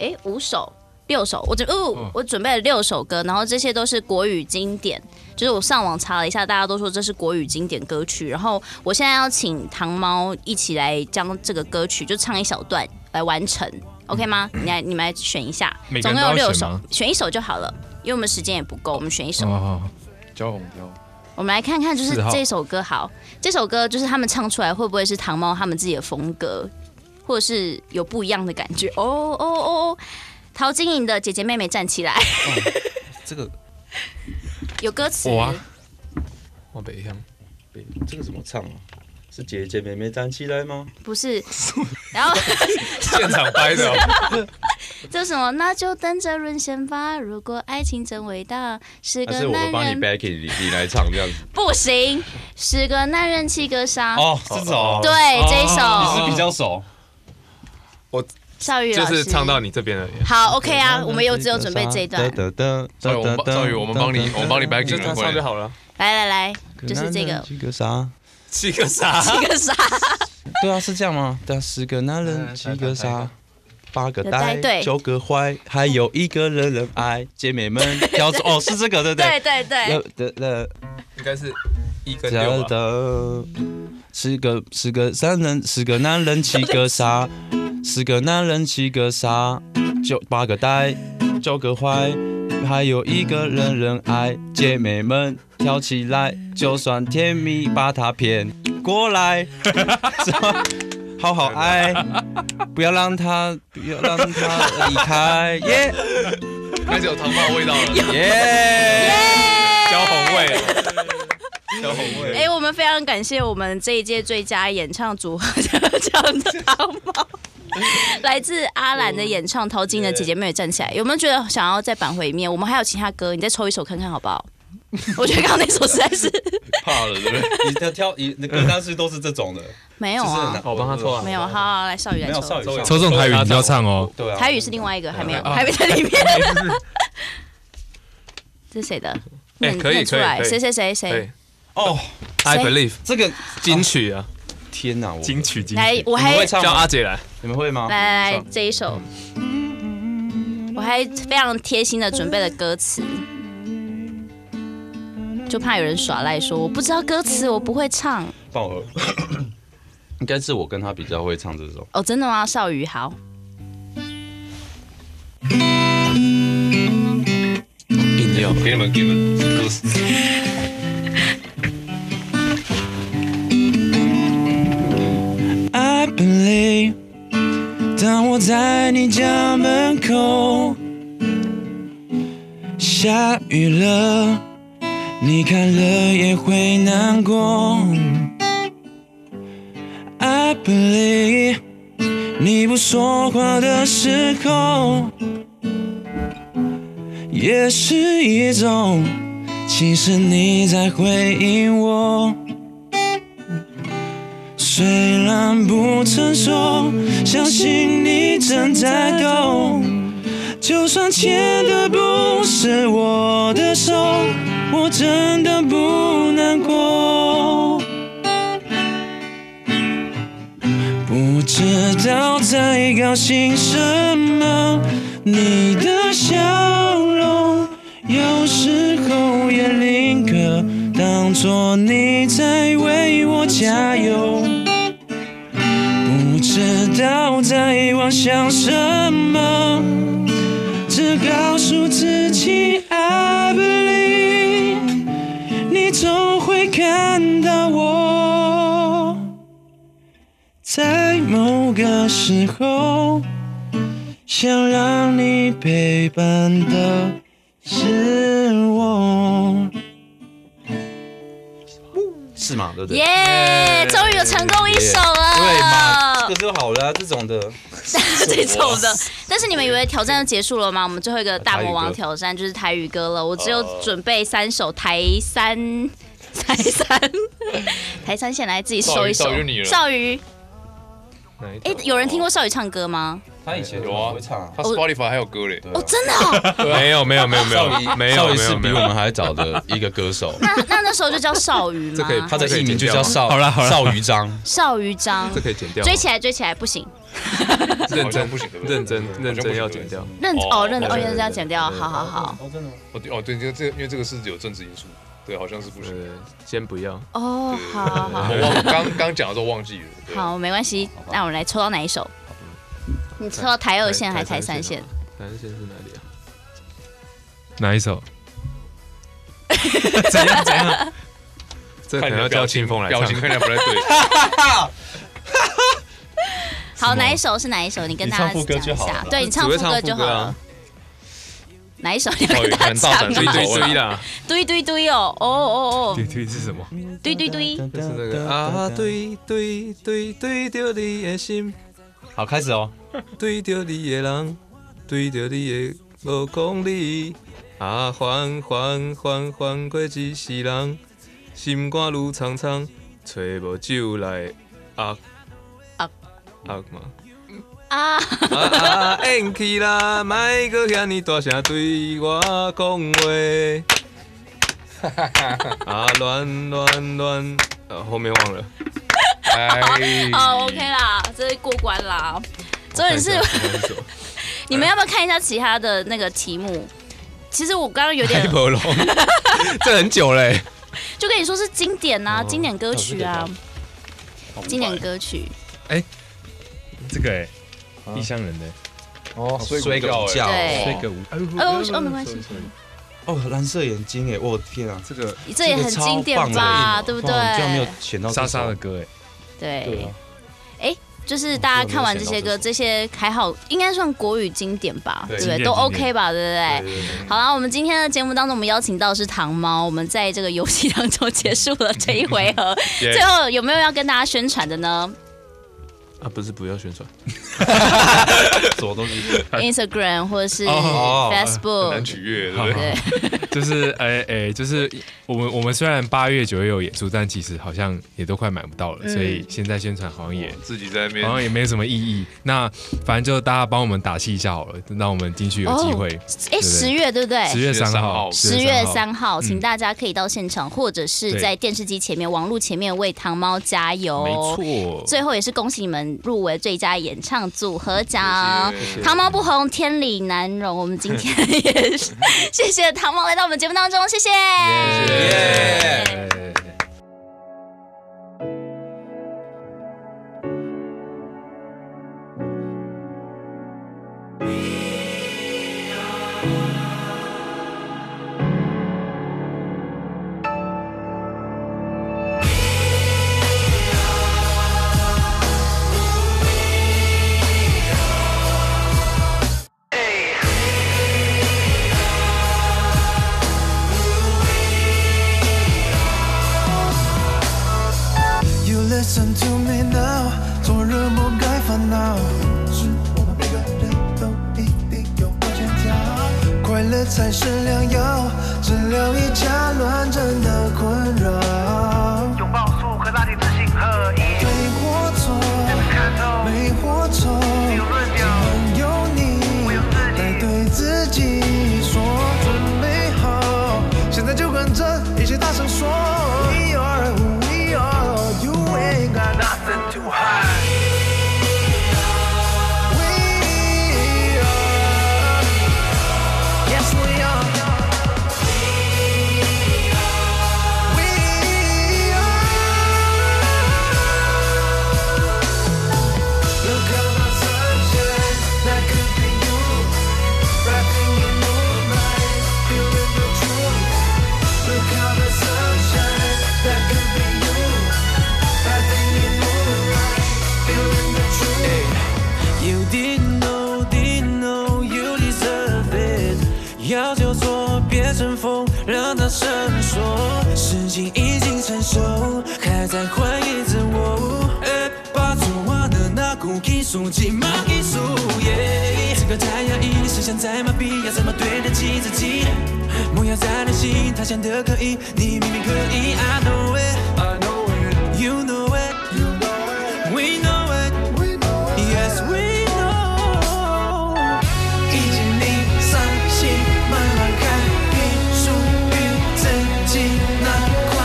Speaker 1: 哎、五首、六首，我准哦，
Speaker 4: 嗯
Speaker 1: 我准备了六首歌，然后这些都是国语经典，就是我上网查了一下，大家都说这是国语经典歌曲。然后我现在要请糖猫一起来将这个歌曲就唱一小段来完成，OK 吗？你来，你们来选一下，
Speaker 4: 每个
Speaker 1: 总
Speaker 4: 人
Speaker 1: 共
Speaker 4: 都
Speaker 1: 有
Speaker 4: 要
Speaker 1: 六
Speaker 4: 选
Speaker 1: 首
Speaker 4: 吗，
Speaker 1: 选一首就好了，因为我们时间也不够，我们选一首。
Speaker 4: 哦，
Speaker 2: 焦红椒，
Speaker 1: 我们来看看，就是
Speaker 4: 四号
Speaker 1: 这首歌好，这首歌就是他们唱出来会不会是糖猫他们自己的风格，或者是有不一样的感觉？哦哦哦哦！陶晶莹的《姐姐妹妹站起来》
Speaker 3: 哦这个
Speaker 1: 有歌词，
Speaker 4: 我啊
Speaker 5: 往北向，
Speaker 3: 这个怎么唱啊？是姐姐妹妹站起来吗？
Speaker 1: 不是？然后
Speaker 5: 现场拍的哦，
Speaker 1: 这是什么？那就等着沦陷吧。如果爱情真伟大，是
Speaker 3: 还
Speaker 1: 个
Speaker 3: 是我
Speaker 1: 男
Speaker 3: 帮你
Speaker 1: 人
Speaker 3: backing 你你来唱这样子？
Speaker 1: 不行，是个男人七个傻。
Speaker 3: 哦，这首
Speaker 1: 啊对，这一
Speaker 3: 你是
Speaker 1: 首
Speaker 3: 比较熟，
Speaker 1: 邵宇
Speaker 5: 就
Speaker 1: 老师
Speaker 5: 是唱到你这边而已。
Speaker 1: 好 OK 啊，我们有只有准备这一段。
Speaker 3: 哒哒
Speaker 2: 赵宇，我们帮赵宇，我们 帮你，我们帮你
Speaker 5: 你
Speaker 2: backing
Speaker 5: 就
Speaker 2: 了
Speaker 5: 他唱
Speaker 2: 快
Speaker 5: 就
Speaker 2: 点。
Speaker 5: 好了，
Speaker 1: 来来来，就是这个
Speaker 3: 几个啥？
Speaker 5: 七个 啥？
Speaker 1: 七个傻。
Speaker 3: 对啊，是这样吗？对啊，十个男人，七个
Speaker 2: 哎
Speaker 3: 傻，八个
Speaker 1: 有呆对
Speaker 3: 呆，九个坏，还有一个人人爱。姐妹们，挑出哦，是这个对不
Speaker 1: 对
Speaker 3: 对？
Speaker 1: 对对，
Speaker 3: 对对
Speaker 5: 应该是一跟
Speaker 3: 对
Speaker 5: 六吧。
Speaker 3: 的，十个十个三人，十个男人，七个傻，十个男人，七个傻，九八个呆，九个坏，还有一个人人爱。姐妹们，跳起来，就算甜蜜把它骗过来。 好好爱，不要让他，不要让他离开，耶
Speaker 2: 开始 有糖泡味道了。
Speaker 5: 哎
Speaker 3: 耶！
Speaker 5: 焦红味，
Speaker 2: 焦红味，
Speaker 1: 哎、我们非常感谢我们这一届最佳演唱组 合的这样的汤包， 来自阿兰的演唱《淘金的姐姐妹站起来》，有没有觉得想要再扳回一面？我们还有其他歌，你再抽一首看看好不 好？我觉得刚刚那首实在是
Speaker 2: 怕了对不对？
Speaker 3: 你的挑，你的歌单是都是这种的，
Speaker 1: 没有啊，
Speaker 5: 我帮他抽啊。
Speaker 1: 没有，好好好来少宇来
Speaker 3: 没有少
Speaker 1: 抽
Speaker 3: 宇，，少宇
Speaker 4: 抽中台语你就要唱哦。
Speaker 3: 对啊，
Speaker 1: 台语是另外一个，还没有，
Speaker 4: 啊
Speaker 1: 还没在里面。 这是谁的？
Speaker 5: 哎
Speaker 1: 念
Speaker 5: 可以
Speaker 1: 念出来
Speaker 5: 可以可
Speaker 1: 谁
Speaker 5: 以
Speaker 1: 谁谁谁
Speaker 5: 对？
Speaker 3: 哦，
Speaker 5: 哎，I
Speaker 1: 哎谁
Speaker 5: believe
Speaker 3: 这个
Speaker 5: 金曲啊，
Speaker 3: 天哪，我
Speaker 4: 金曲金
Speaker 1: 来
Speaker 4: 曲，，
Speaker 1: 我
Speaker 3: 你们
Speaker 1: 还
Speaker 3: 会唱
Speaker 5: 叫
Speaker 3: 吗？
Speaker 5: 阿姐来。
Speaker 3: 你们会吗？
Speaker 1: 来来来，这一首，我还非常贴心的准备了歌词，就怕有人耍赖说我不知道歌词，我不会唱。
Speaker 3: 放我， 应该是我跟他比较会唱这首。
Speaker 1: 哦，真的吗？少宇，好，
Speaker 5: 硬要
Speaker 2: 给你们，给你们歌词。
Speaker 3: I believe，当我在你家门口，下雨了，你看了也会难过。I believe，你不说话的时候，也是一种，其实你在回应我。虽然不成熟，相信你正在懂。就算牵的不是我的手，我真的不难过。不知道在高兴什么，你的笑容有时候也宁可当
Speaker 6: 作你在为我加油。不知道在妄想什么，只告诉自己 I believe，你总会看到我，在某个时候，想让你陪伴的是我。
Speaker 3: 是吗？对不对？
Speaker 1: 耶！终于有成功一首
Speaker 3: 对嘛，这
Speaker 1: 了
Speaker 3: 个，就好了啊，这种的，
Speaker 1: 这种的。但是你们以为挑战就结束了吗？我们最后一个大魔王挑战就是台语歌了。我只有准备三首台三，台三， 台三，先来自己搜一首
Speaker 2: 少羽少羽就你。了
Speaker 1: 少羽，
Speaker 5: 哪一
Speaker 1: 哎，有人听过少羽唱歌吗？
Speaker 3: 他以前
Speaker 2: 有啊
Speaker 3: 会唱啊。
Speaker 5: 哦
Speaker 2: 他 Spotify 还有歌嘞，
Speaker 1: 哦，真的哦。
Speaker 5: 没有没有没有没有
Speaker 3: 少仪
Speaker 5: 没哎有
Speaker 3: 少仪
Speaker 5: 没
Speaker 3: 是
Speaker 5: 有
Speaker 3: 比
Speaker 5: 没
Speaker 3: 我
Speaker 5: 有，
Speaker 3: 们还早的一个 歌手，
Speaker 1: 那那那时候就叫少羽
Speaker 5: 这
Speaker 1: 吗
Speaker 5: 可以？
Speaker 3: 他的艺名就叫少
Speaker 4: 好啦好啦
Speaker 3: 少余章，
Speaker 1: 少羽章
Speaker 5: 这，可以剪掉吗，
Speaker 1: 追起来追起来，不行，
Speaker 5: 认
Speaker 2: 好像
Speaker 5: 真
Speaker 2: 不行对不对
Speaker 5: 认真
Speaker 2: 好像不行
Speaker 5: 认
Speaker 2: 对不
Speaker 5: 真
Speaker 2: 对
Speaker 5: 要剪掉。
Speaker 1: 认哦认
Speaker 2: 对
Speaker 1: 哦
Speaker 5: 对
Speaker 1: 认真要剪掉，
Speaker 5: 对
Speaker 1: 好好好
Speaker 2: 哦对哦对，这个这个因为这个是有政治因素，对，好像是不行。
Speaker 5: 呃，先不要，
Speaker 1: 哦，好好好。
Speaker 2: 我忘刚刚讲的时候忘记了。对，
Speaker 1: 好，没关系。那我们来抽到哪一首？你抽到台二线还是台三线？
Speaker 5: 南线是哪里啊？
Speaker 4: 哪一首？
Speaker 5: 怎样怎样？这可
Speaker 2: 看
Speaker 5: 能
Speaker 2: 你的
Speaker 5: 要
Speaker 2: 表
Speaker 5: 叫
Speaker 2: 情
Speaker 5: 清风来
Speaker 2: 表
Speaker 5: 唱。
Speaker 2: 情看起来不太对。
Speaker 1: 好，哪一首是哪一首？你跟大家
Speaker 3: 你唱副歌
Speaker 1: 讲
Speaker 3: 就
Speaker 1: 一
Speaker 3: 好
Speaker 1: 下
Speaker 3: 了。
Speaker 1: 对你唱副
Speaker 5: 只会
Speaker 1: 歌就好
Speaker 5: 唱啊副歌
Speaker 1: 了
Speaker 5: 啊。哦
Speaker 1: 哪一首？你 要跟大
Speaker 2: 少
Speaker 1: 家
Speaker 2: 羽
Speaker 1: 讲
Speaker 5: 追
Speaker 2: 很大胆
Speaker 1: 吗？
Speaker 5: 追追啦，
Speaker 1: 堆堆堆哦，哦哦哦，
Speaker 4: 对对是什么？
Speaker 1: 堆堆堆。
Speaker 5: 就是这个啊，对对对对着你的心，
Speaker 3: 好，开始哦。
Speaker 5: 对着你的人，对着你的无讲理，啊，翻翻翻翻过一世人，心肝如苍苍，找无酒来压
Speaker 1: 压
Speaker 5: 压嘛。
Speaker 1: 啊，
Speaker 5: 啊啊！演去啦，莫搁遐尼大声对我讲话。啊，乱乱乱，呃，后面忘了。
Speaker 2: 哎，
Speaker 1: 好哦 OK 啦，这是过关啦。重点是， 你们要不要看一下其他的那个题目？其实我刚刚有点，
Speaker 3: 哎
Speaker 5: 伯龙，这很久嘞。
Speaker 1: 就跟你说是经典呐，
Speaker 3: 哦
Speaker 1: 经典歌曲啊，经典歌曲。
Speaker 4: 这个哎，异乡人的
Speaker 2: 哦，
Speaker 3: 睡个午觉
Speaker 1: 对
Speaker 4: 这个舞，
Speaker 1: 哦哦，没关系，
Speaker 3: 哦，蓝色眼睛哎，我的天啊，
Speaker 4: 这个
Speaker 1: 这也很经典吧，对
Speaker 3: 这
Speaker 1: 不对
Speaker 3: 个超棒的哇你居然没有选到这首
Speaker 4: 莎莎的，歌哎，
Speaker 3: 对
Speaker 1: 对
Speaker 3: 啊，
Speaker 1: 就是大家看完这些歌，这些还好，应该算国语经典吧，对
Speaker 3: 对
Speaker 1: 不对？
Speaker 4: 经典
Speaker 1: 都
Speaker 4: 经典
Speaker 1: OK 吧，对不对？
Speaker 3: 对对
Speaker 1: 好啦，我们今天的节目当中，我们邀请到的是糖猫，我们在这个游戏当中结束了这一回 合，最后有没有要跟大家宣传的呢
Speaker 5: 啊，不是不要宣传，
Speaker 3: 对什么东西？
Speaker 1: ？Instagram 或者是
Speaker 3: 哦
Speaker 2: 难
Speaker 1: Facebook，
Speaker 2: 取悦，对不对？
Speaker 1: 对，
Speaker 4: 就是哎哎，就是我们我们虽然八月九月有演出，但其实好像也都快买不到了，
Speaker 1: 嗯
Speaker 4: 所以现在宣传好像也
Speaker 2: 自己在那
Speaker 4: 好像
Speaker 2: 边
Speaker 4: 也没什么意义。那反正就大家帮我们打气一下好了，让我们进去有机会。
Speaker 1: 哎，
Speaker 4: 对
Speaker 1: 十月对不对？
Speaker 4: 十月三号，
Speaker 2: 号
Speaker 1: 哎十月三
Speaker 4: 号，
Speaker 1: 号，请
Speaker 4: 嗯
Speaker 1: 大家可以到现场，或者是
Speaker 4: 对
Speaker 1: 在电视机前面、网络前面为糖猫加油。
Speaker 4: 没错。
Speaker 1: 哦最后也是恭喜你们入围最佳演唱组合奖
Speaker 2: 谢谢谢。谢
Speaker 1: 糖猫不红，天理难容。我们今天也是，谢谢糖猫来到我们节目当中，谢谢。
Speaker 4: 耶
Speaker 6: ，You listen to me now，做人不该烦恼。是我们每个人都一定有过欠条，快乐才是良药，治疗一家乱真的困扰。
Speaker 7: 拥抱素和拉丁自信合一，
Speaker 6: 没我错，
Speaker 7: 看透
Speaker 6: 没我错，
Speaker 7: 没有论调，
Speaker 6: 朋友你
Speaker 7: 唯有自己
Speaker 6: 来对自己说，准备好，现在就跟着一起大声说，We are who we are, you ain't got
Speaker 7: nothing to hide。
Speaker 6: we are, yes we are, we 要就做，别争锋，让它伸缩。事情已经成熟，还在怀疑自我。哎，把昨晚的那股激素挤满激素，耶！整个太压抑，是想再麻痹，要怎么对得起自己？梦要再练习，他想的可以，你明明可以，I know it。I know it. You know it. You know it. We know it. We know it. Yes, we know. 一起你伤心，慢慢看，你属于自己那块。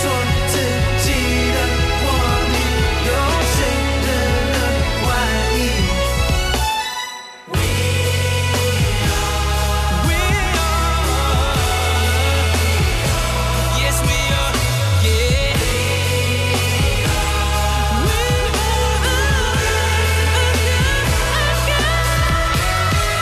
Speaker 6: 做自己的我，你有谁值得怀疑？We are, we are, yes we are, yeah. We are, we are.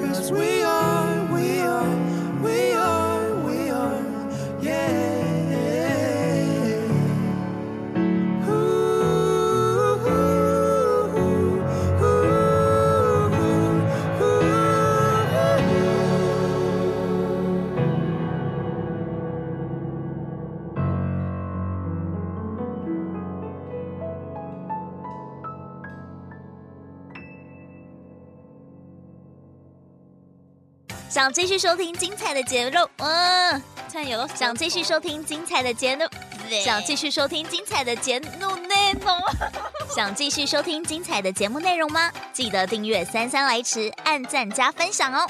Speaker 6: Cause we are, we are, we are, we are, yeah. Ooh, ooh, ooh, ooh, ooh.
Speaker 1: 想继续收听精彩的节目，嗯，突然有了想继续收听精彩的节目，想继续收听精彩的节目内容，想继续收听精彩的节目内容吗？记得订阅三三来迟，按赞加分享哦，